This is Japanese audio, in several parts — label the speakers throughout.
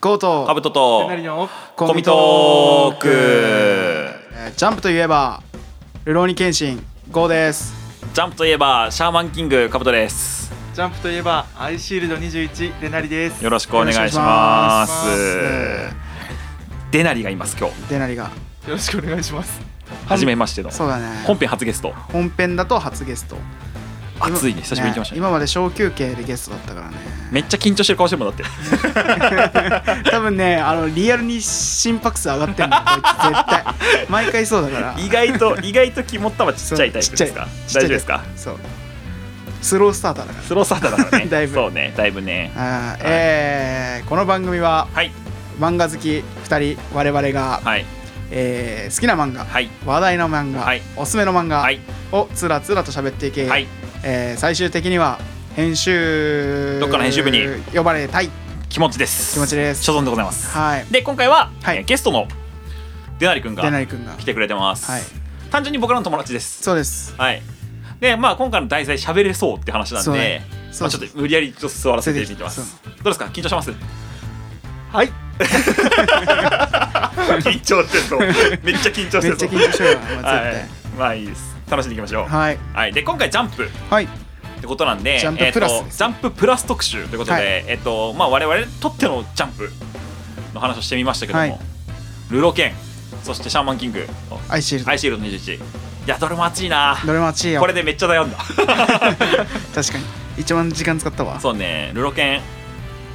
Speaker 1: ゴート
Speaker 2: かぶとと
Speaker 3: なりの
Speaker 2: コミトーク
Speaker 1: えージャンプといえばルローニケンシンゴーです
Speaker 2: ジャンプといえばシャーマンキングかぶとです
Speaker 3: ジャンプといえばアイシールド21レナリです
Speaker 2: よろしくお願いします
Speaker 1: よろしくお願いし
Speaker 2: デナリがいます今日
Speaker 1: でなりが
Speaker 3: よろしくお願いします
Speaker 2: 初めましての
Speaker 1: そうだね
Speaker 2: 本編初ゲスト
Speaker 1: 本編だと初ゲスト今
Speaker 2: 暑いね久しぶりに来ましたね
Speaker 1: 今まで小休憩でゲストだったからね
Speaker 2: めっちゃ緊張してる顔してるもんだって
Speaker 1: 多分ね あのリアルに心拍数上がってんのこいつ絶対毎回そうだから
Speaker 2: 意外と意外と肝っ玉ちっ
Speaker 1: そう
Speaker 2: ちゃいタイプですか
Speaker 1: ちっちゃ
Speaker 2: 大
Speaker 1: い
Speaker 2: 丈夫ですか
Speaker 1: そうスロースターターだから
Speaker 2: スローサーターだから ね
Speaker 1: だいぶ
Speaker 2: そうねだいぶね
Speaker 1: あーえーこの番組は
Speaker 2: はい
Speaker 1: 漫画好き2人我々が、
Speaker 2: はい
Speaker 1: えー好きな漫画、
Speaker 2: はい
Speaker 1: 話題の漫画、
Speaker 2: はい
Speaker 1: おすすめの漫画
Speaker 2: はい
Speaker 1: をつらつらと喋っていけ、
Speaker 2: はい
Speaker 1: えー最終的には編集
Speaker 2: どっかの編集部に
Speaker 1: 呼ばれたい
Speaker 2: 気持ちです
Speaker 1: 気持ちです
Speaker 2: 所存でございます
Speaker 1: はい
Speaker 2: で今回は、
Speaker 1: はい
Speaker 2: えーゲストのデナリ君が
Speaker 1: でなりくんが
Speaker 2: 来てくれてます、
Speaker 1: はい
Speaker 2: 単純に僕らの友達です
Speaker 1: そうです
Speaker 2: はいでまあ今回の題材喋れそうって話なんで、
Speaker 1: そうね
Speaker 2: ま
Speaker 1: そう
Speaker 2: あ、ちょっと無理やりちょっと座らせていただいてます
Speaker 1: そ
Speaker 2: どうですか緊張します
Speaker 3: はい
Speaker 2: 緊張してそうめっちゃ緊張
Speaker 1: めっちゃ緊張し ようよ、まあ、
Speaker 2: は
Speaker 1: 絶
Speaker 2: いまあいいです楽しんでいきましょう
Speaker 1: 対
Speaker 2: はい、
Speaker 1: はい
Speaker 2: で今回ジャンプっ
Speaker 1: はい
Speaker 2: てことなんで
Speaker 1: ジャンププラス
Speaker 2: えーとジャンププラス特集ということで、
Speaker 1: はい
Speaker 2: えっ、とまあ我々にとってのジャンプの話をしてみましたけども、
Speaker 1: はい
Speaker 2: ルロケンそしてシャーマンキング
Speaker 1: アイシールド
Speaker 2: アイシールド21いやどれも熱いな
Speaker 1: どれも熱いよ
Speaker 2: これでめっちゃ悩んだ
Speaker 1: 確かに一番時間使ったわそう
Speaker 2: そうねルロケン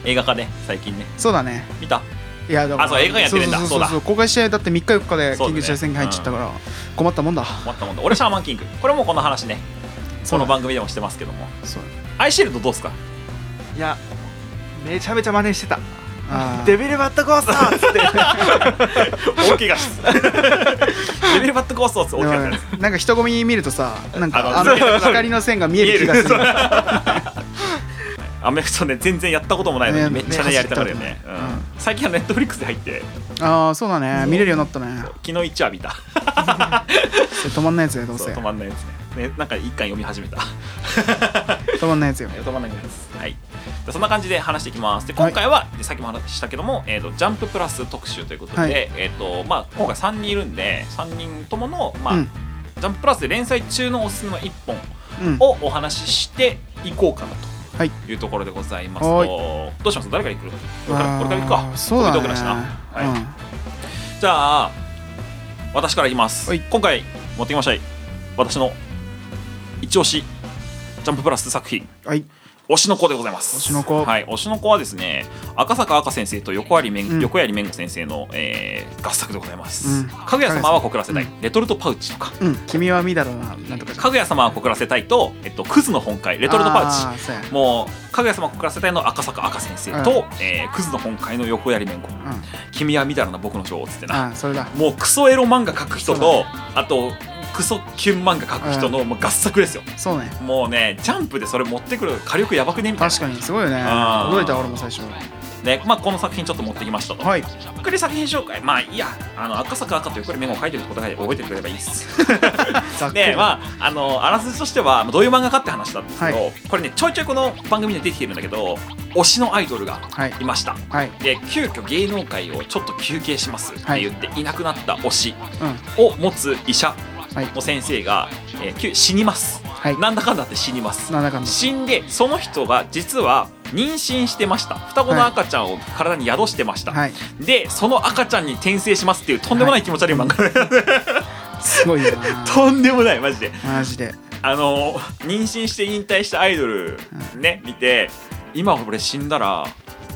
Speaker 2: 映画化ね最近ね
Speaker 1: だね
Speaker 2: 見た
Speaker 1: いやでも
Speaker 2: あそう映画館やってるんだ
Speaker 1: そうそうそう
Speaker 2: そう
Speaker 1: 公開試合だって3日4日で
Speaker 2: そうだね
Speaker 1: 緊急事態宣言入っちゃったから、困ったもんだ
Speaker 2: 思ったもんだ俺シャーマンキングこれもこの話ね
Speaker 1: そ
Speaker 2: こ
Speaker 1: うだ
Speaker 2: の番組でもしてますけども
Speaker 1: そう
Speaker 2: アイシールド どうですか
Speaker 3: いやめちゃめちゃ真似してた
Speaker 1: あー
Speaker 3: デビルバットコースター っつって
Speaker 2: 大 怪我ですレベルバットコーストーツ大
Speaker 1: でも
Speaker 2: 怪我
Speaker 1: ね
Speaker 2: です
Speaker 1: なんか人混み見るとさなんか
Speaker 2: あ
Speaker 1: あ
Speaker 2: の
Speaker 1: の光の線が見える気がする
Speaker 2: 見え アメフトね全然やったこともないのにめ
Speaker 1: ね
Speaker 2: っちゃね
Speaker 1: ね
Speaker 2: やりたがるよ
Speaker 1: 走っ
Speaker 2: ね
Speaker 1: たことない
Speaker 2: う
Speaker 1: う
Speaker 2: ん
Speaker 1: ん
Speaker 2: 最近はネットフリックスで入って
Speaker 1: ああそうだね
Speaker 2: そう
Speaker 1: 見れるようになったね
Speaker 2: 昨日一話見た
Speaker 1: それ止まんないやつよどう
Speaker 2: そう
Speaker 1: せ
Speaker 2: 止まんないやつねねなんか一巻読み始めた
Speaker 1: 止まんないやつよ
Speaker 2: 止まんないやつですはいでそんな感じで話していきますで今回は、さっきも話したけども、えー、とジャンププラス特集ということで、
Speaker 1: はい
Speaker 2: えーとまあ、今回3人いるんで3人ともの、まあ
Speaker 1: うん
Speaker 2: ジャンププラスで連載中のおすすめの1本
Speaker 1: うん
Speaker 2: をお話ししていこうかな
Speaker 1: はい
Speaker 2: というところでございます
Speaker 1: は
Speaker 2: と、どうします誰から行く俺から俺から行く
Speaker 1: あ
Speaker 2: か
Speaker 1: ーそうだね
Speaker 2: 飛び道具だしな、はい
Speaker 1: うん
Speaker 2: じゃあ私からいきます、
Speaker 1: はい
Speaker 2: 今回持ってきましたい私の一押しジャンププラス作品
Speaker 1: はい
Speaker 2: 推しの子でございます
Speaker 1: 推しの子
Speaker 2: はい推しの子はですね赤坂赤先生と横槍めん、
Speaker 1: うん
Speaker 2: 横槍めんご先生の、えー合作でございます、
Speaker 1: うん
Speaker 2: かぐや様は告らせたい、
Speaker 1: う
Speaker 2: レトルトパウチとか
Speaker 1: うん君は見だろうななんとか
Speaker 2: かぐや様は告らせたいと、えっと、クズの本会レトルトパウチ
Speaker 1: あーそうや
Speaker 2: もうかぐや様告らせたいの赤坂赤先生と、えークズの本会の横やりめんこ
Speaker 1: うん
Speaker 2: 君はみだらな僕の女王っつってな
Speaker 1: あーそれだ
Speaker 2: もうクソエロ漫画描く人
Speaker 1: そう
Speaker 2: とあとクソキュン漫画描く人のもう合作ですよ
Speaker 1: そうね
Speaker 2: もうねジャンプでそれ持ってくる火力やばくねみたいな
Speaker 1: 確かにすごいよね
Speaker 2: あー
Speaker 1: 驚いた俺も最初
Speaker 2: で、まあ、この作品ちょっと持ってきましたと、
Speaker 1: はい
Speaker 2: ざっくり作品紹介まあいいやあの赤坂赤というこれメモを書いてることが覚えてくれればいいです
Speaker 1: ざっくり
Speaker 2: でまああのあらすじとしてはまあどういう漫画かって話なんですけど、これねちょいちょいこの番組で出てきてるんだけど推しのアイドルが
Speaker 1: はい
Speaker 2: いました
Speaker 1: はい
Speaker 2: で急遽芸能界をちょっと休憩しますって言っていなくなった推し
Speaker 1: うん
Speaker 2: を持つ医者
Speaker 1: はい
Speaker 2: の先生が、えー急死にます、
Speaker 1: はい
Speaker 2: なんだかんだって死にます
Speaker 1: なんだかんだ
Speaker 2: 死んでその人が実は妊娠してました双子の赤ちゃんを体に宿してました、
Speaker 1: はい
Speaker 2: でその赤ちゃんに転生しますっていうとんでもない気持ち悪い漫画、
Speaker 1: すごいよな
Speaker 2: とんでもないマジで
Speaker 1: マジで
Speaker 2: あの妊娠して引退したアイドルね見て今俺死んだら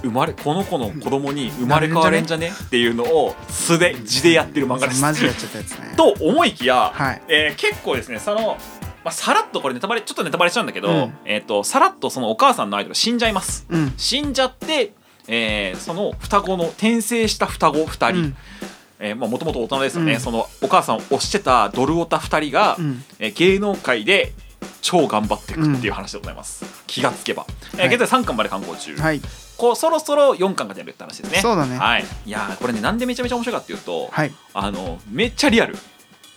Speaker 2: 生まれこの子の子供に生まれ変われんじゃねっていうのを素で字でやってる漫画です
Speaker 1: マジでやっちゃったやつね
Speaker 2: と思いきや、
Speaker 1: はい
Speaker 2: えー結構ですねその、まあ、さらっとこれネタバレちょっとネタバレしちゃうんだけど、
Speaker 1: うん
Speaker 2: えー、とさらっとそのお母さんのアイドルが死んじゃいます
Speaker 1: うん
Speaker 2: 死んじゃって、えーその双子の転生した双子2人、
Speaker 1: うん
Speaker 2: えーまあ、もともと大人ですよね、
Speaker 1: うん
Speaker 2: そのお母さんを推してたドルオタ2人が、
Speaker 1: うん
Speaker 2: えー芸能界で超頑張っていくっていう話でございます、気がつけば、えー
Speaker 1: はい
Speaker 2: 現在3巻まで刊行中、
Speaker 1: はい
Speaker 2: こうそろそろ4巻が出るって話ですね
Speaker 1: そうだね
Speaker 2: はい、いやーこれねなんでめちゃめちゃ面白いかっていうと、
Speaker 1: はい
Speaker 2: あのめっちゃリアル、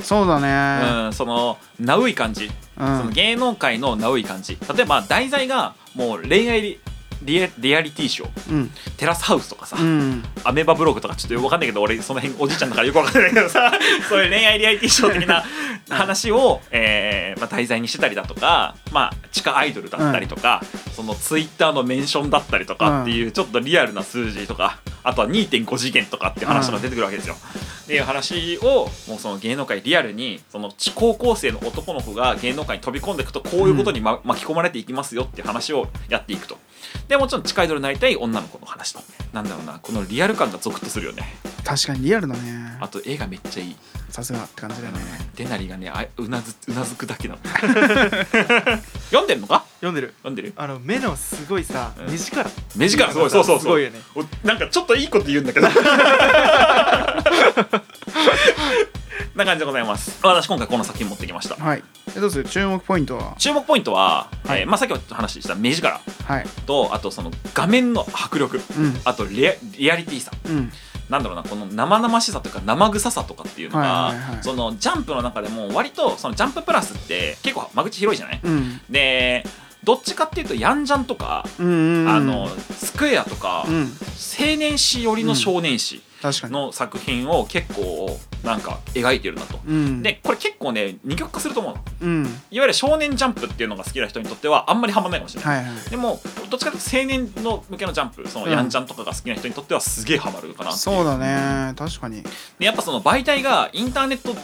Speaker 1: そうだね
Speaker 2: うん、そのナウい感じ
Speaker 1: う
Speaker 2: その
Speaker 1: ん
Speaker 2: 芸能界のナウい感じ例えば題材がもう恋愛リエリアリティショー
Speaker 1: うん
Speaker 2: テラスハウスとかさ、
Speaker 1: うん
Speaker 2: アメバブログとかちょっとよくわかんないけど俺その辺おじいちゃんだからよくわかんないけ どさそういう恋愛リアリティショー的な話を、えーまあ、題材にしてたりだとか、まあ、地下アイドルだったりとか、そのツイッターのメンションだったりとかっていう、ちょっとリアルな数字とかあとは2.5次元とかっていう話とか出てくるわけですよ。っていう話をもうその芸能界リアルにその高校生の男の子が芸能界に飛び込んでいくとこういうことに、ま巻き込まれていきますよっていう話をやっていくと。でもちろん地下アイドルになりたい女の子の話となんだろうなこのリアル感がゾクッとするよね
Speaker 1: 確かにリアルだね
Speaker 2: あと絵がめっちゃいい
Speaker 1: さすがって感じだよね
Speaker 2: デナリがねあうなずうなずくだけなの 読んでんのか
Speaker 3: 読んでる
Speaker 2: 読んでる
Speaker 3: あの目のすごいさ
Speaker 2: うん
Speaker 3: 目力
Speaker 2: 目力すごいそうそうそう
Speaker 3: すごいよね
Speaker 2: おなんかちょっといいこと言うんだけど な感じでございます私今回この作品持ってきました
Speaker 1: はいえどうする注目ポイントは
Speaker 2: 注目ポイントは、
Speaker 1: はい
Speaker 2: えーまあ、さっきもちょっと話した目力
Speaker 1: はい
Speaker 2: とあとその画面の迫力
Speaker 1: う
Speaker 2: あとリアリアリティさ
Speaker 1: んうん
Speaker 2: なんだろうなこの生々しさというか生臭さとかっていうのが、
Speaker 1: はいはいはい
Speaker 2: そのジャンプの中でも割とそのジャンププラスって結構間口広いじゃない、
Speaker 1: うん
Speaker 2: でどっちかっていうとヤンジャンとか、
Speaker 1: うんうんうん
Speaker 2: あのスクエアとか、
Speaker 1: うん
Speaker 2: 青年誌寄りの少年誌
Speaker 1: 確かに
Speaker 2: の作品を結構なんか描いてるなと。
Speaker 1: うん
Speaker 2: でこれ結構ね二極化すると思うの
Speaker 1: うん
Speaker 2: いわゆる少年ジャンプっていうのが好きな人にとってはあんまりハマらないかもしれない、
Speaker 1: はいはい
Speaker 2: でもどっちかというと青年の向けのジャンプそのヤンジャンとかが好きな人にとってはすげえハマるかなってい
Speaker 1: そうだね確かに
Speaker 2: でやっぱその媒体がインターネット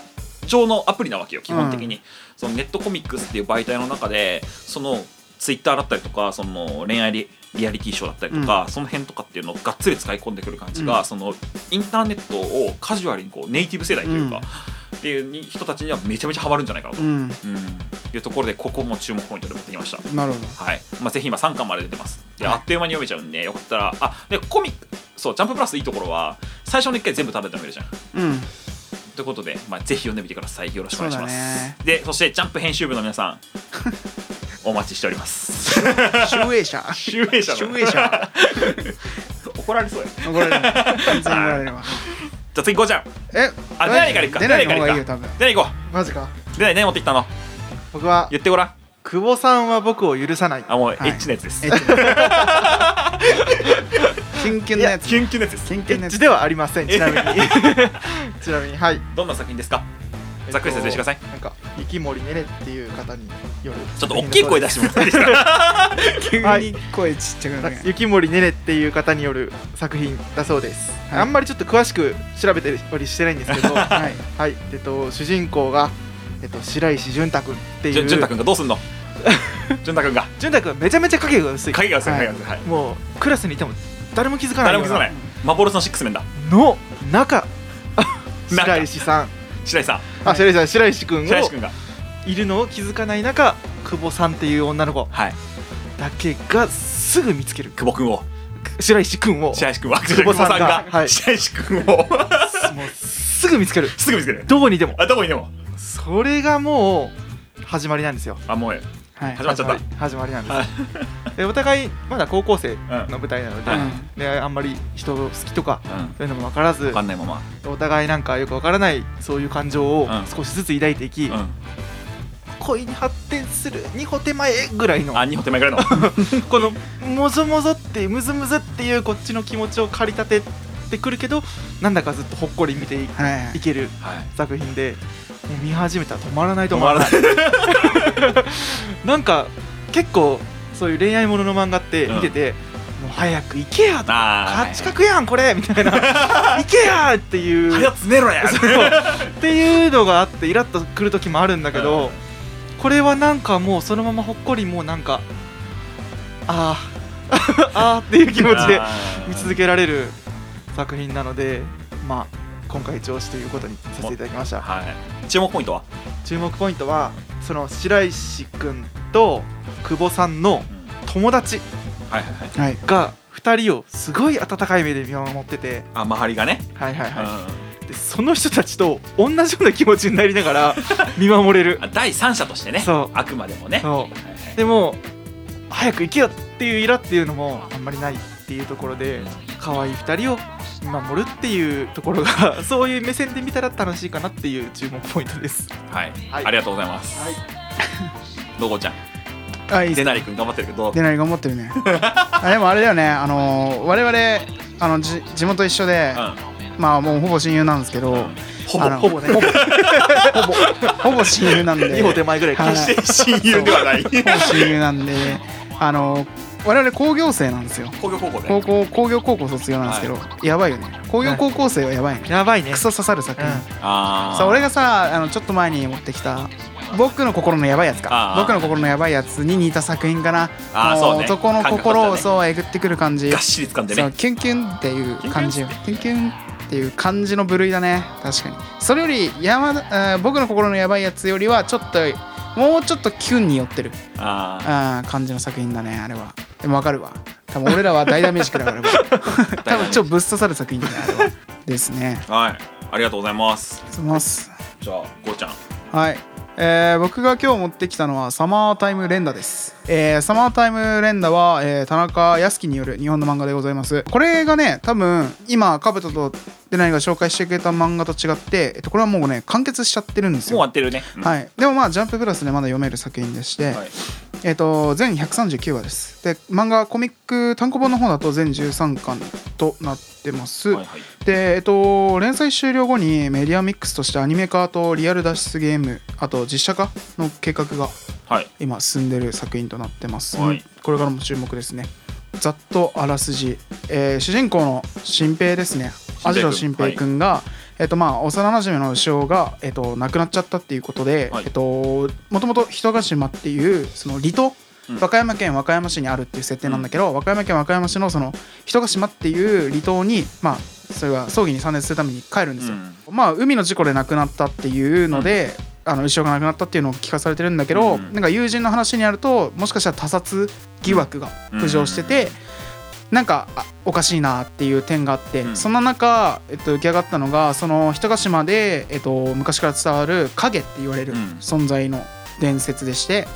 Speaker 2: 上のアプリなわけよ基本的に、そのネットコミックスっていう媒体の中でそのツイッターだったりとかその恋愛リリアリティショーだったりとか、その辺とかっていうのをがっつり使い込んでくる感じが、
Speaker 1: うん
Speaker 2: そのインターネットをカジュアルにこうネイティブ世代というか、っていう人たちにはめちゃめちゃハマるんじゃないかなと、
Speaker 1: う
Speaker 2: うん
Speaker 1: ん
Speaker 2: いうところでここも注目ポイントで持ってきました。
Speaker 1: なるほ
Speaker 2: はいまあ、ぜひ今3巻まで出てますで
Speaker 1: はい
Speaker 2: あっという間に読めちゃうんでよかったらあでコミックそうジャンププラスいいところは最初の1回全部食べて読めるじゃん
Speaker 1: ど うん
Speaker 2: ということで、まあ、ぜひ読んでみてください。よろしくお
Speaker 1: そ
Speaker 2: 願
Speaker 1: う
Speaker 2: いし
Speaker 1: だ
Speaker 2: ます。
Speaker 1: ね
Speaker 2: で、そしてジャンプ編集部の 皆さん、お待ちしております。
Speaker 1: 集英社
Speaker 2: 集英社
Speaker 1: 集
Speaker 2: の
Speaker 1: 英社
Speaker 2: 怒られそうや。じゃ
Speaker 1: 怒られる完全に怒られるわ
Speaker 2: あ次行こうじゃん。
Speaker 1: え
Speaker 2: あ、出ないから行くか。
Speaker 1: 出
Speaker 2: 出
Speaker 1: な
Speaker 2: ないい
Speaker 1: か
Speaker 2: からら
Speaker 1: いい
Speaker 2: 行
Speaker 1: よ
Speaker 2: く
Speaker 1: 多
Speaker 2: か
Speaker 1: 分。
Speaker 2: 出ない行こ
Speaker 1: マジか
Speaker 2: う。出ない何持ってきたの
Speaker 3: 僕は
Speaker 2: 言ってごらん。
Speaker 3: 久保さんは僕を許さない
Speaker 2: あ、もうエ
Speaker 1: はい
Speaker 2: ッチなやつです。
Speaker 1: え キュンキュンのやつ
Speaker 2: キュンキュンのやつです。
Speaker 1: キュンキ
Speaker 3: エ
Speaker 1: ュンのや
Speaker 3: ッ
Speaker 1: つ
Speaker 3: ジではありませんちなみ にちなみにはい
Speaker 2: どんな作品ですかざっくり説明してください
Speaker 3: えっとなんか生森ねねっていう方による
Speaker 2: ちょっと大きい声出してもらっていいです か
Speaker 1: 急
Speaker 3: は
Speaker 1: に
Speaker 3: い
Speaker 1: 声ちっちゃくなるね
Speaker 3: 雪森ねねっていう方による作品だそうです、
Speaker 1: はい
Speaker 3: あんまりちょっと詳しく調べておりしてないんです けどは
Speaker 1: はい
Speaker 3: い、えっと、主人公が、えっと、白石潤太君っていう
Speaker 2: じゅんじゅんたくんがどうす んのじゅんたくんが。
Speaker 3: 潤太君はめちゃめちゃ影が薄い
Speaker 2: 鍵が薄い、
Speaker 1: はい
Speaker 2: 鍵が薄い。はい
Speaker 3: もうクラスにいても誰も気づかない
Speaker 2: 誰
Speaker 3: よ
Speaker 2: も
Speaker 3: う
Speaker 2: 気づかない。幻のシックスメンだ。
Speaker 3: の中
Speaker 2: 中
Speaker 3: 白石さん
Speaker 2: 白石さん。
Speaker 1: は
Speaker 3: あ
Speaker 1: い
Speaker 3: 白石さん白石君
Speaker 2: 白石
Speaker 3: を
Speaker 2: くんが。
Speaker 3: いるのを気づかない中久保さんっていう女の子
Speaker 2: はい。
Speaker 3: だけがすぐ見つける
Speaker 2: 久保くんを。
Speaker 3: 白石君を
Speaker 2: 白石くんは。
Speaker 3: 久保さんが
Speaker 2: 久
Speaker 3: はい
Speaker 2: 白石くんを。
Speaker 3: もうすぐ見つける
Speaker 2: すぐ見つける。
Speaker 3: どこにでも
Speaker 2: あ、どこにでも。
Speaker 3: それがもう始まりなんですよ
Speaker 2: あ、もうえ
Speaker 1: はい
Speaker 2: 始まっちゃった
Speaker 3: 始まり始まりなん
Speaker 2: はい
Speaker 3: ですでお互いまだ高校生の舞台なので,、
Speaker 2: は
Speaker 3: であんまり人好きとか
Speaker 2: え。うん。
Speaker 3: そういうのも分からず
Speaker 2: わかんないまま。
Speaker 3: お互いなんかよく分からないそういう感情を
Speaker 2: うん
Speaker 3: 少しずつ抱いていき、
Speaker 2: う
Speaker 3: 恋に発展する二歩手前ぐらいの
Speaker 2: ん。あ、二歩手前ぐ らいの。
Speaker 3: このもぞもぞってむずむずっていうこっちの気持ちを駆り立ててくるけどなんだかずっとほっこり見てい
Speaker 1: はいはい
Speaker 3: いける
Speaker 2: はい。
Speaker 3: 作品でもう見始めたら止まらない止まらない なんか結構そういう恋愛ものの漫画って見てて、もう早く行けやと
Speaker 2: あ
Speaker 3: 価値観やんこれみた いな行けやっていう
Speaker 2: 早く詰めろや。
Speaker 3: そうっていうのがあってイラッとくる時もあるんだけど、これはなんかもうそのままほっこりもうなんかあー あーっていう気持ちで
Speaker 2: あー
Speaker 3: 見続けられる作品なのでまあ今回一押しということにさせていただきました
Speaker 2: はい。注目ポイントは。
Speaker 3: 注目ポイントはその白石くんと久保さんの友達
Speaker 2: はいはいはい。
Speaker 1: はい
Speaker 3: が2人をすごい温かい目で見守ってて
Speaker 2: あ、周りがね。
Speaker 3: はいはいはい、
Speaker 2: う
Speaker 3: でその人たちと同じような気持ちになりながら 見守れる
Speaker 2: んあ第三者としてね
Speaker 3: そう。
Speaker 2: あくまでもね。
Speaker 3: そ
Speaker 2: はいは
Speaker 3: でも早く行けよっていうイラっていうのもあんまりないっていうところで可愛い2人を見守るっていうところが そういう目線で見たら楽しいかなっていう注目ポイントです
Speaker 2: いはい。
Speaker 3: はい
Speaker 2: ありがとうございます。
Speaker 3: はい
Speaker 2: どこちゃん。
Speaker 1: あいいっす
Speaker 2: でなりくん頑張ってるけど
Speaker 1: でなり頑張ってる ねあでもあれだよねあの我々あのじ地元一緒で、まあもうほぼ親友なんですけど、
Speaker 3: ほ
Speaker 1: あ
Speaker 3: ぼ
Speaker 1: の
Speaker 3: ほぼね
Speaker 1: ほぼほぼ親友なん で
Speaker 3: 2歩手前ぐらい
Speaker 1: は
Speaker 3: か
Speaker 1: い
Speaker 2: 決して親友ではない
Speaker 1: ほぼ親友なんであの我々工業生なんですよ
Speaker 2: 工業高校で
Speaker 1: 高校工業高校卒業なんですけど、やばいよね工業高校生はやばいね、
Speaker 3: やばいね
Speaker 1: クソ刺さる作品、
Speaker 3: うん
Speaker 2: あ
Speaker 1: さあ俺がさあのちょっと前に持ってきた僕の心のやばいやつ
Speaker 2: あ
Speaker 1: か
Speaker 2: ー
Speaker 1: 僕の心のやばいやつに似た作品かな
Speaker 2: あー
Speaker 1: の
Speaker 2: そうね
Speaker 1: 男の心を
Speaker 2: 感覚としては
Speaker 1: そ
Speaker 2: ね
Speaker 1: うえぐってくる感じ
Speaker 2: がっしり掴んで
Speaker 1: そう
Speaker 2: ね
Speaker 1: キュンキュンっていう感じよキュンキュンっていう感じの部類だね確かにそれより山田あー僕の心のやばいやつよりはちょっともうちょっとキュンに寄ってる
Speaker 2: あ
Speaker 1: あー感じの作品だねあれはでも分かるわ多分俺らは大ダメージ食らうから 多分ちょっとぶっ刺さる作品だねあれはですね
Speaker 2: ーはいありがとうございます
Speaker 1: すいます
Speaker 2: じゃあこうちゃん
Speaker 1: はい、えー僕が今日持ってきたのはサマータイム連打です、えーサマータイム連打は、えー田中康樹による日本の漫画でございますこれがね多分今カブトとデナイが紹介してくれた漫画と違って、えっと、これはもうね完結しちゃってるんです
Speaker 2: もう終
Speaker 1: よ
Speaker 2: わってるねうん
Speaker 1: はい、でもまあ「ジャンププラス」でまだ読める作品でして、
Speaker 2: はい
Speaker 1: えっと全139話ですで漫画コミック単行本の方だと全13巻となってます、
Speaker 2: はいはい
Speaker 1: で、えっと、連載終了後にメディアミックスとしてアニメ化とリアル脱出ゲームあと実写化の計画が
Speaker 2: はい
Speaker 1: 今進んでる作品となってます、
Speaker 2: はい
Speaker 1: これからも注目ですねざっとあらすじ、えー主人公の新平ですね
Speaker 2: 新平君
Speaker 1: アジロ新平君が、えっとまあ、幼なじみの潮が、えっと、亡くなっちゃったっていうことで、
Speaker 2: はい
Speaker 1: えっと、もともと人ヶ島っていうその離島
Speaker 2: うん
Speaker 1: 和歌山県和歌山市にあるっていう設定なんだけど、和歌山県和歌山市のその人ヶ島っていう離島に、まあ、それが葬儀に参列するために帰るんですよ。まあ、海の事故で亡くなったっていうので、あの潮が亡くなったっていうのを聞かされてるんだけど、
Speaker 2: うん
Speaker 1: なんか友人の話にあるともしかしたら他殺疑惑が浮上してて、なんかあおかしいなっていう点があって、
Speaker 2: うん
Speaker 1: そんな中、えっと、浮き上がったのがその人ヶ島で、えっと、昔から伝わる影って言われる
Speaker 2: うん
Speaker 1: 存在の伝説でして、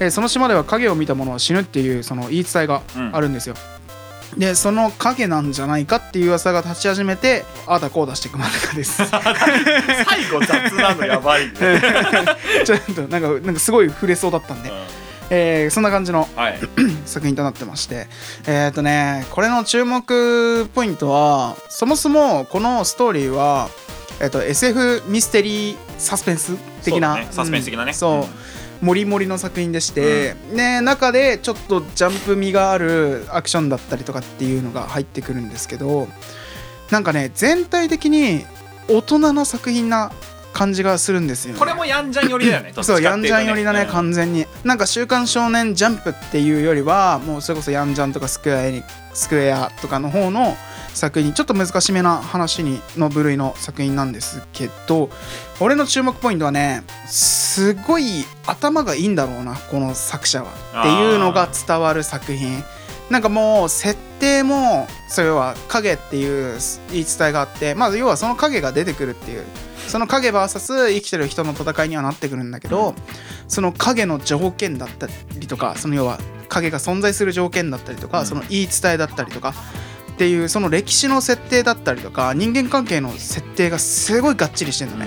Speaker 1: えーその島では影を見た者は死ぬっていうその言い伝えがあるんですよ。でその影なんじゃないかっていう噂が立ち始めてああだこうだしていく漫画家です
Speaker 2: 最後雑なのやばいね
Speaker 1: ちょっとなんかなんかすごい触れそうだったんで、えーそんな感じの
Speaker 2: うんはい
Speaker 1: 作品となってましてえっ、とねこれの注目ポイントはそもそもこのストーリーは、えっと SF ミステリーサスペンス的な、
Speaker 2: そうだねサスペンス的なね
Speaker 1: うんそう、モリモリの作品でして、ね中でちょっとジャンプ味があるアクションだったりとかっていうのが入ってくるんですけどなんかね全体的に大人な作品な感じがするんですよ、ね、
Speaker 2: これもヤンジャン寄りだよねどっち
Speaker 1: そ
Speaker 2: かっ
Speaker 1: う
Speaker 2: ていと
Speaker 1: ヤンジャン寄りだね、完全になんか「週刊少年ジャンプ」っていうよりはもうそれこそヤンジャンとかスクエアエニスクエアとかの方の作品ちょっと難しめな話にの部類の作品なんですけど俺の注目ポイントはねすごい頭がいいんだろうなこの作者はっていうのが伝わる作品なんかもう設定もそれは影っていう言い伝えがあってまあ要はその影が出てくるっていうその影 VS 生きてる人の戦いにはなってくるんだけど、その影の条件だったりとかその要は影が存在する条件だったりとか、
Speaker 2: うん
Speaker 1: その言い伝えだったりとかっていうその歴史の設定だったりとか人間関係の設定がすごいがっちりしてんの
Speaker 2: うん
Speaker 1: ね。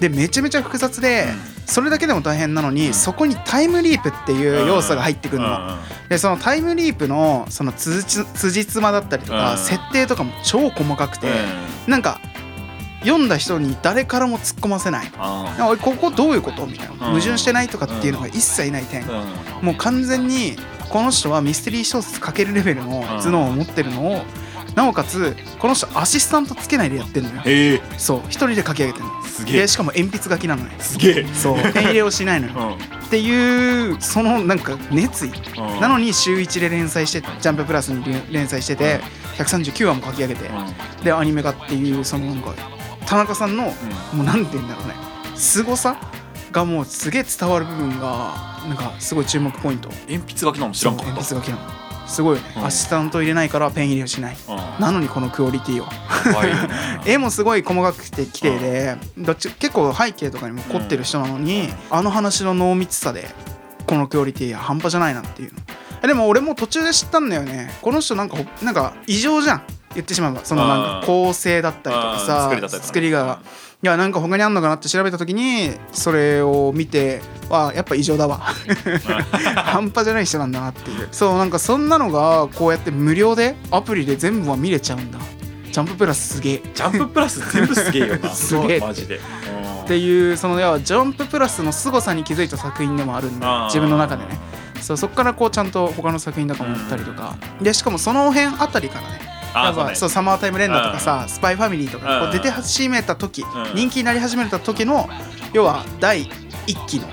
Speaker 1: でめちゃめちゃ複雑で、それだけでも大変なのに、
Speaker 2: うん
Speaker 1: そこにタイムリープっていう要素が入ってくるの。
Speaker 2: うんうん
Speaker 1: でそのタイムリープのそのつじつじつまだったりとか、
Speaker 2: うん
Speaker 1: 設定とかも超細かくて、
Speaker 2: うん
Speaker 1: なんか読んだ人に誰からも突っ込ませない
Speaker 2: あ
Speaker 1: あおいここどういうことみたいな
Speaker 2: うん
Speaker 1: 矛盾してないとかっていうのが一切ない点
Speaker 2: ーうん
Speaker 1: もう完全にこの人はミステリー小説書けるレベルの頭脳を持ってるのをなおかつこの人アシスタントつけないでやってるのよ
Speaker 2: へえ
Speaker 1: そう一人で書き上げてるの
Speaker 2: すげえ
Speaker 1: でしかも鉛筆書きなのよ
Speaker 2: すげえ
Speaker 1: そうペン入れをしないのよっていうそのなんか熱意なの
Speaker 2: に
Speaker 1: に週1で連載して「ジャンププラス」に連連載してて139話も書き上げてでアニメ化っていうそのなんか田中さんのもうなんて言うんだろうね凄さがもうすげえ伝わる部分がなんかすごい注目ポイント
Speaker 2: 鉛筆書きなの知らんかっ
Speaker 1: 鉛
Speaker 2: た
Speaker 1: 筆がきなのすごいよね、
Speaker 2: うん
Speaker 1: アシスタント入れないからペン入れをしないなのにこのクオリティを
Speaker 2: 怖いよね
Speaker 1: 絵もすごい細かくて綺麗でどっち結構背景とかにも凝ってる人なのに、あの話の濃密さでこのクオリティは半端じゃないなっていうのえでも俺も途中で知ったんだよねこの人なんかほなんか異常じゃん言ってしまえばそのなん
Speaker 2: うん
Speaker 1: か構成だったりとか
Speaker 2: う
Speaker 1: さ
Speaker 2: ん作りだったりとか
Speaker 1: 作りがいやなんか他にあんのかなって調べた時にそれを見てはやっぱ異常だ わ半端じゃない人なんだなっていうそうなんかそんなのがこうやって無料でアプリで全部は見れちゃうんだジャンププラスすげえっ
Speaker 2: ジャンププラス全部すげえよ な
Speaker 1: すげえ
Speaker 2: マジで
Speaker 1: ていうその要はジャンププラスの凄さに気づいた作品でもあるんで自分の中でねそうそこからこうちゃんと他の作品とかもったりとかでしかもその辺あたりからねや
Speaker 2: あ
Speaker 1: っ
Speaker 2: そう
Speaker 1: ぱ
Speaker 2: ね
Speaker 1: そうサマータイムレンダーとかさ、スパイファミリーとか
Speaker 2: うん
Speaker 1: こう出て始めた時、
Speaker 2: うん
Speaker 1: 人気になり始めた時の要は第1期の、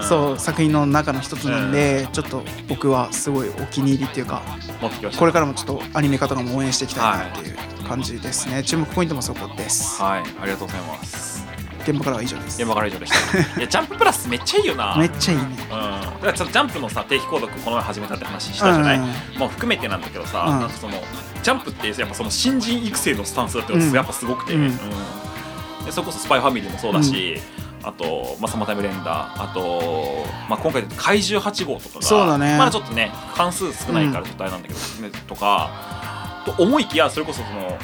Speaker 2: うん
Speaker 1: そう作品の中の一つなんで、ちょっと僕はすごいお気に入りっていうか
Speaker 2: 持ってきました
Speaker 1: これからもちょっとアニメ化とかも応援していきたいなっていう感じですね、注目ポイントもそこです
Speaker 2: はいありがとうございます
Speaker 1: 現場からは以上です
Speaker 2: 現場から以上でしたいやジャンププラスめっちゃいいよな
Speaker 1: めっちゃいいね
Speaker 2: うん、だからちょっとジャンプのさ定期購読この前始めたって話したじゃない、
Speaker 1: うん
Speaker 2: もう含めてなんだけどさ、
Speaker 1: うん
Speaker 2: なんかそのジャンプってやっぱその新人育成のスタンスだってのが
Speaker 1: うん
Speaker 2: やっぱすごくて、
Speaker 1: うん
Speaker 2: でそれこそ「スパイファミリーもそうだし、あと「まあ、サマータイムレンダー」あと、まあ、今回で言うと怪獣8号とかが
Speaker 1: そうだね
Speaker 2: まだちょっとね関数少ないからちょっとあれなんだけど、ねとかと思いきやそれこそその。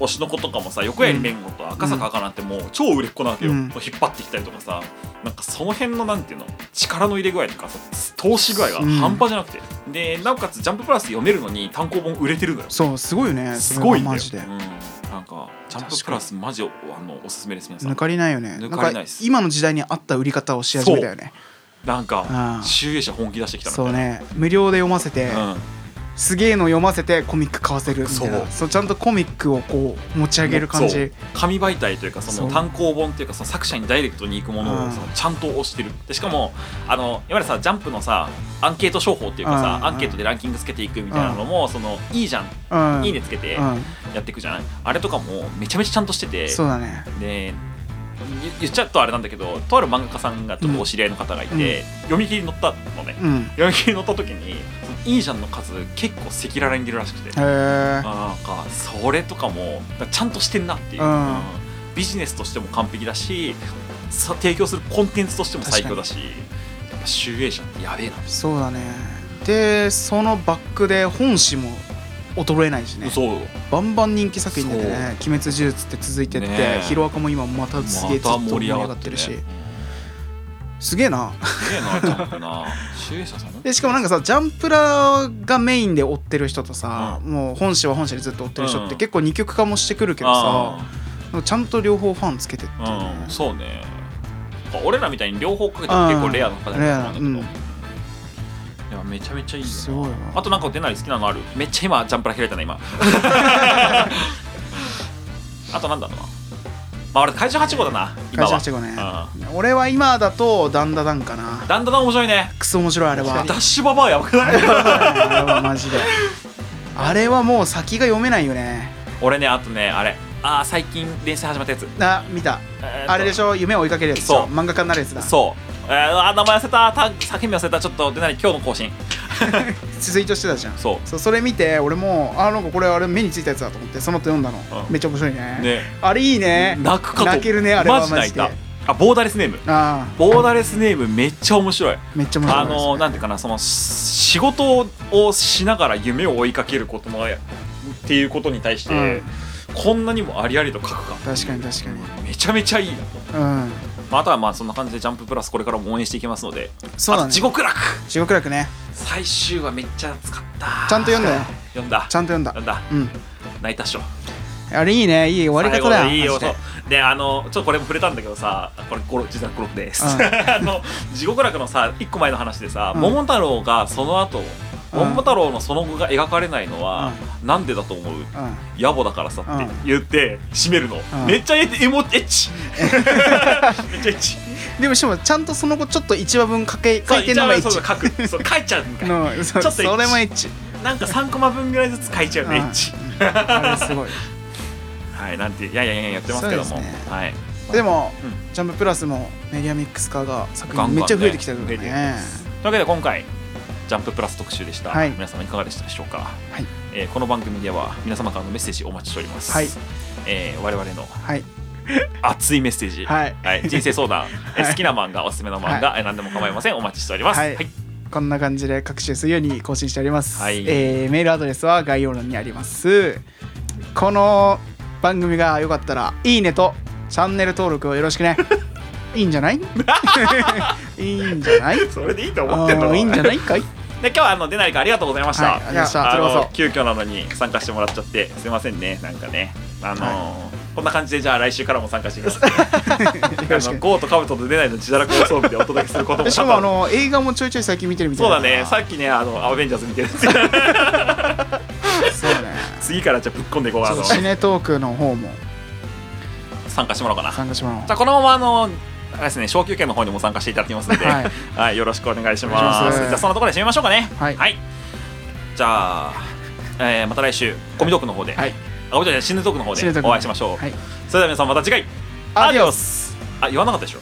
Speaker 2: 推しの子とかもさ横槍弁護と赤坂赤なんてもう超売れっ子なわけよ、
Speaker 1: うん
Speaker 2: もう引っ張ってきたりとかさなんかその辺のなんていうの力の入れ具合とかさ投資具合が半端じゃなくて、でなおかつ「ジャンププラス」読めるのに単行本売れてるのよ
Speaker 1: そうすごいよね
Speaker 2: すごいん
Speaker 1: それ
Speaker 2: だ
Speaker 1: は
Speaker 2: よ
Speaker 1: マジで、
Speaker 2: うん、なんか「ジャンププラス」マジおあのおすすめです皆さん
Speaker 1: 抜かりないよね
Speaker 2: 抜かりないっす
Speaker 1: んか今の時代に合った売り方をし始めたよね
Speaker 2: なんか
Speaker 1: うん
Speaker 2: 集英社本気出してきたな
Speaker 1: そうね無料で読ませて、
Speaker 2: みたいな
Speaker 1: すげえの読ませてコミック買わせるみたいな
Speaker 2: そ
Speaker 1: そううちゃんとコミックをこう持ち
Speaker 2: うん
Speaker 1: 上げる感
Speaker 2: そ
Speaker 1: じ
Speaker 2: う紙媒体というかそ
Speaker 1: そ
Speaker 2: の
Speaker 1: う
Speaker 2: 単行本というかその作者にダイレクトに行くもの
Speaker 1: う
Speaker 2: を
Speaker 1: ん
Speaker 2: そのちゃんと推してるでしかもあのいわゆるさジャンプのさアンケート商法っていうか
Speaker 1: う
Speaker 2: さ
Speaker 1: ん
Speaker 2: アンケートでランキングつけていくみたいなのもそのいいじゃん
Speaker 1: うん
Speaker 2: いいねつけて
Speaker 1: う
Speaker 2: やっていくじゃないあれとかもめちゃめちゃちゃんとしてて
Speaker 1: んそうだね
Speaker 2: で言言っちゃうとあれなんだけどとある漫画家さんがちょっとお知り合いの方がいて、読み切りに載ったのね
Speaker 1: うんへ
Speaker 2: 読み切りに載った時にそのいいじゃんの数結構赤裸々に出るらしくて、
Speaker 1: え
Speaker 2: あーなんかそれとかもなんかちゃんとしてんなっていう、
Speaker 1: うん
Speaker 2: うんビジネスとしても完璧だしさ提供するコンテンツとしても最強だしやっぱ集英社ってやべえな
Speaker 1: そうだねでそのバックで本誌も衰えないしね
Speaker 2: そう
Speaker 1: バンバン人気作品でね「鬼滅呪術」って続いてって、
Speaker 2: ねえ
Speaker 1: ヒロアカも今またすげえずっ
Speaker 2: また
Speaker 1: と
Speaker 2: 盛
Speaker 1: 盛り
Speaker 2: り上
Speaker 1: 上
Speaker 2: が
Speaker 1: が
Speaker 2: っ
Speaker 1: ってて
Speaker 2: る
Speaker 1: る
Speaker 2: し
Speaker 1: し、すげえな
Speaker 2: すげえなジャンプな集英社さん
Speaker 1: でしかもなんかさジャンプラがメインで追ってる人とさ、もう本誌は本誌でずっと追ってる人っ
Speaker 2: う
Speaker 1: て
Speaker 2: ん
Speaker 1: 結構二極化もしてくるけどさ、なんかちゃんと両方ファンつけてっていうね
Speaker 2: うん、そうね俺らみたいに両方かけても結構レアの方だと思うんだけど、いやめちゃめちゃいいよな
Speaker 1: すごいわ
Speaker 2: あとなんか出ない好きなのあるめっちゃ今ジャンプラ開いた な今あとなんだろうなまあ俺怪獣8号だな今
Speaker 1: 会社
Speaker 2: は
Speaker 1: 八号ね
Speaker 2: う
Speaker 1: 俺は今だとダンダダンかな
Speaker 2: だんだん面白いね
Speaker 1: クソ面白いあれは
Speaker 2: ダッシュババアやばくない
Speaker 1: あ れはマジであれはもう先が読めないよね
Speaker 2: 俺ねあとねあれあー最近連載始まったやつ、
Speaker 1: あ見た
Speaker 2: えーと
Speaker 1: あれでしょ夢を追いかけるやつでしょ
Speaker 2: そう
Speaker 1: 漫画家になるやつだ
Speaker 2: そう、えー、あー名前忘れたた叫び忘れたちょっと出ない今日の更新
Speaker 1: ツイートしてたじゃん
Speaker 2: そう
Speaker 1: そうそれ見て俺もあなんかこれあれ目についたやつだと思ってその後読んだの
Speaker 2: うん
Speaker 1: めっちゃ面白いね
Speaker 2: ね
Speaker 1: あれいいね
Speaker 2: 泣くかと
Speaker 1: 泣けるねあれは
Speaker 2: マジ泣いた
Speaker 1: マジ
Speaker 2: あボーダレスネーム
Speaker 1: ああ
Speaker 2: ボーダレスネームめっちゃ面白い
Speaker 1: めっちゃ面白い
Speaker 2: あのなんていうかなその仕事をしながら夢を追いかけることもっていうことに対して、
Speaker 1: うん
Speaker 2: こんなにもありありと書くか
Speaker 1: 確かに確かに
Speaker 2: めちゃめちゃいいな
Speaker 1: う
Speaker 2: と、
Speaker 1: ん
Speaker 2: まあ、あとはまあそんな感じで「ジャンププラス」これからも応援していきますので
Speaker 1: そうだ
Speaker 2: あと
Speaker 1: ね
Speaker 2: 地獄楽
Speaker 1: 地獄楽ね
Speaker 2: 最終話めっちゃ熱かった
Speaker 1: ちゃんと読んだよ
Speaker 2: 読んだ
Speaker 1: ちゃんと読んだ
Speaker 2: 読んだ
Speaker 1: うん
Speaker 2: 泣いたっしょ
Speaker 1: あれいいねいい終わり方だ
Speaker 2: 最後
Speaker 1: よ
Speaker 2: の
Speaker 1: マジ
Speaker 2: いい
Speaker 1: で
Speaker 2: 音であのちょっとこれも触れたんだけどさこれゴロ実はゴロです、
Speaker 1: うん
Speaker 2: あの地獄楽のさ一個前の話でさ、
Speaker 1: うん
Speaker 2: 桃太郎がその後
Speaker 1: うん
Speaker 2: 桃太郎のその後が描かれないのは、なんでだと思う
Speaker 1: うん
Speaker 2: 野暮だからさって言って締めるの、
Speaker 1: ん
Speaker 2: めっちゃエエモエッチ めっちゃエッチ
Speaker 1: でもしかもちゃんとその後ちょっと1話分書け書いてんのがエッ
Speaker 2: そう
Speaker 1: チ
Speaker 2: そう書くそう書いちゃうん かい
Speaker 1: のそう
Speaker 2: ちょっとエッチ
Speaker 1: それもエッチ
Speaker 2: なんか3コマ分ぐらいずつ書いちゃうの
Speaker 1: うん
Speaker 2: エッチ
Speaker 1: あれす ごい
Speaker 2: はいなんていやいやいやいややってますけども、
Speaker 1: そうですね
Speaker 2: はい
Speaker 1: でも
Speaker 2: うん
Speaker 1: 「ジャンププラス」もメディアミックス化が作
Speaker 2: ガンガ
Speaker 1: 品めっ
Speaker 2: ンね
Speaker 1: ちゃ増えてきてる
Speaker 2: 増え
Speaker 1: よ
Speaker 2: てきて
Speaker 1: ね
Speaker 2: ますというわけで今回ジャンププラス特集でした、
Speaker 1: はい
Speaker 2: 皆様いかがでしたでしょうか、
Speaker 1: い
Speaker 2: えーこの番組では皆様からのメッセージお待ちしております、
Speaker 1: はい
Speaker 2: えー我々の
Speaker 1: はい
Speaker 2: 熱いメッセージ、
Speaker 1: はい
Speaker 2: 人生相談、え ー
Speaker 1: はい
Speaker 2: 好きな漫画おすすめの漫画、えー何でも構いませんお待ちしております、
Speaker 1: はいこんな感じで各種水曜に更新しております、
Speaker 2: はい
Speaker 1: えーメールアドレスは概要欄にありますこの番組が良かったらいいねとチャンネル登録をよろしく ねいいんじゃないいいんじゃない
Speaker 2: それでいいと思ってん
Speaker 1: あ
Speaker 2: の
Speaker 1: ーいいんじゃないかい
Speaker 2: で今日はあの出ないかありがとうございました、
Speaker 1: はいありがとうございました
Speaker 2: あ
Speaker 1: こちらこ
Speaker 2: の
Speaker 1: そ
Speaker 2: 急遽なのに参加してもらっちゃってすいませんねなんかねあのーこんな感じでじゃあ来週からも参加してください
Speaker 1: よろし
Speaker 2: あの
Speaker 1: く
Speaker 2: ゴーとカブトと出ないの自堕落放送日でお届けすることも
Speaker 1: しかもあの映画もちょいちょい最近見てるみた
Speaker 2: そ
Speaker 1: いうな
Speaker 2: だねさっきねあのアベンジャーズ見てるんですけど
Speaker 1: そうね
Speaker 2: 次からじゃあぶっ込んでいこう
Speaker 1: ち
Speaker 2: あ
Speaker 1: ょっ
Speaker 2: の
Speaker 1: とシネトークの方も
Speaker 2: 参加してもらおうかなじ
Speaker 1: 参加しま
Speaker 2: ゃあこのままあのあれですね昇級券の方にも参加していただきますので、
Speaker 1: はい
Speaker 2: はい、よろしくお願いし
Speaker 1: お願
Speaker 2: ま
Speaker 1: いし
Speaker 2: す。
Speaker 1: ます
Speaker 2: じゃあそのところで締めましょうかね。
Speaker 1: はい
Speaker 2: じゃあ、えーまた来週コミトークの方で、
Speaker 1: はい
Speaker 2: あごめんなさいシヌトークの方
Speaker 1: シヌトー
Speaker 2: で
Speaker 1: ク
Speaker 2: お会いしましょう。
Speaker 1: はい
Speaker 2: それでは皆さんまた次回。
Speaker 1: アディオ
Speaker 2: ス。あ言わなかったでしょ。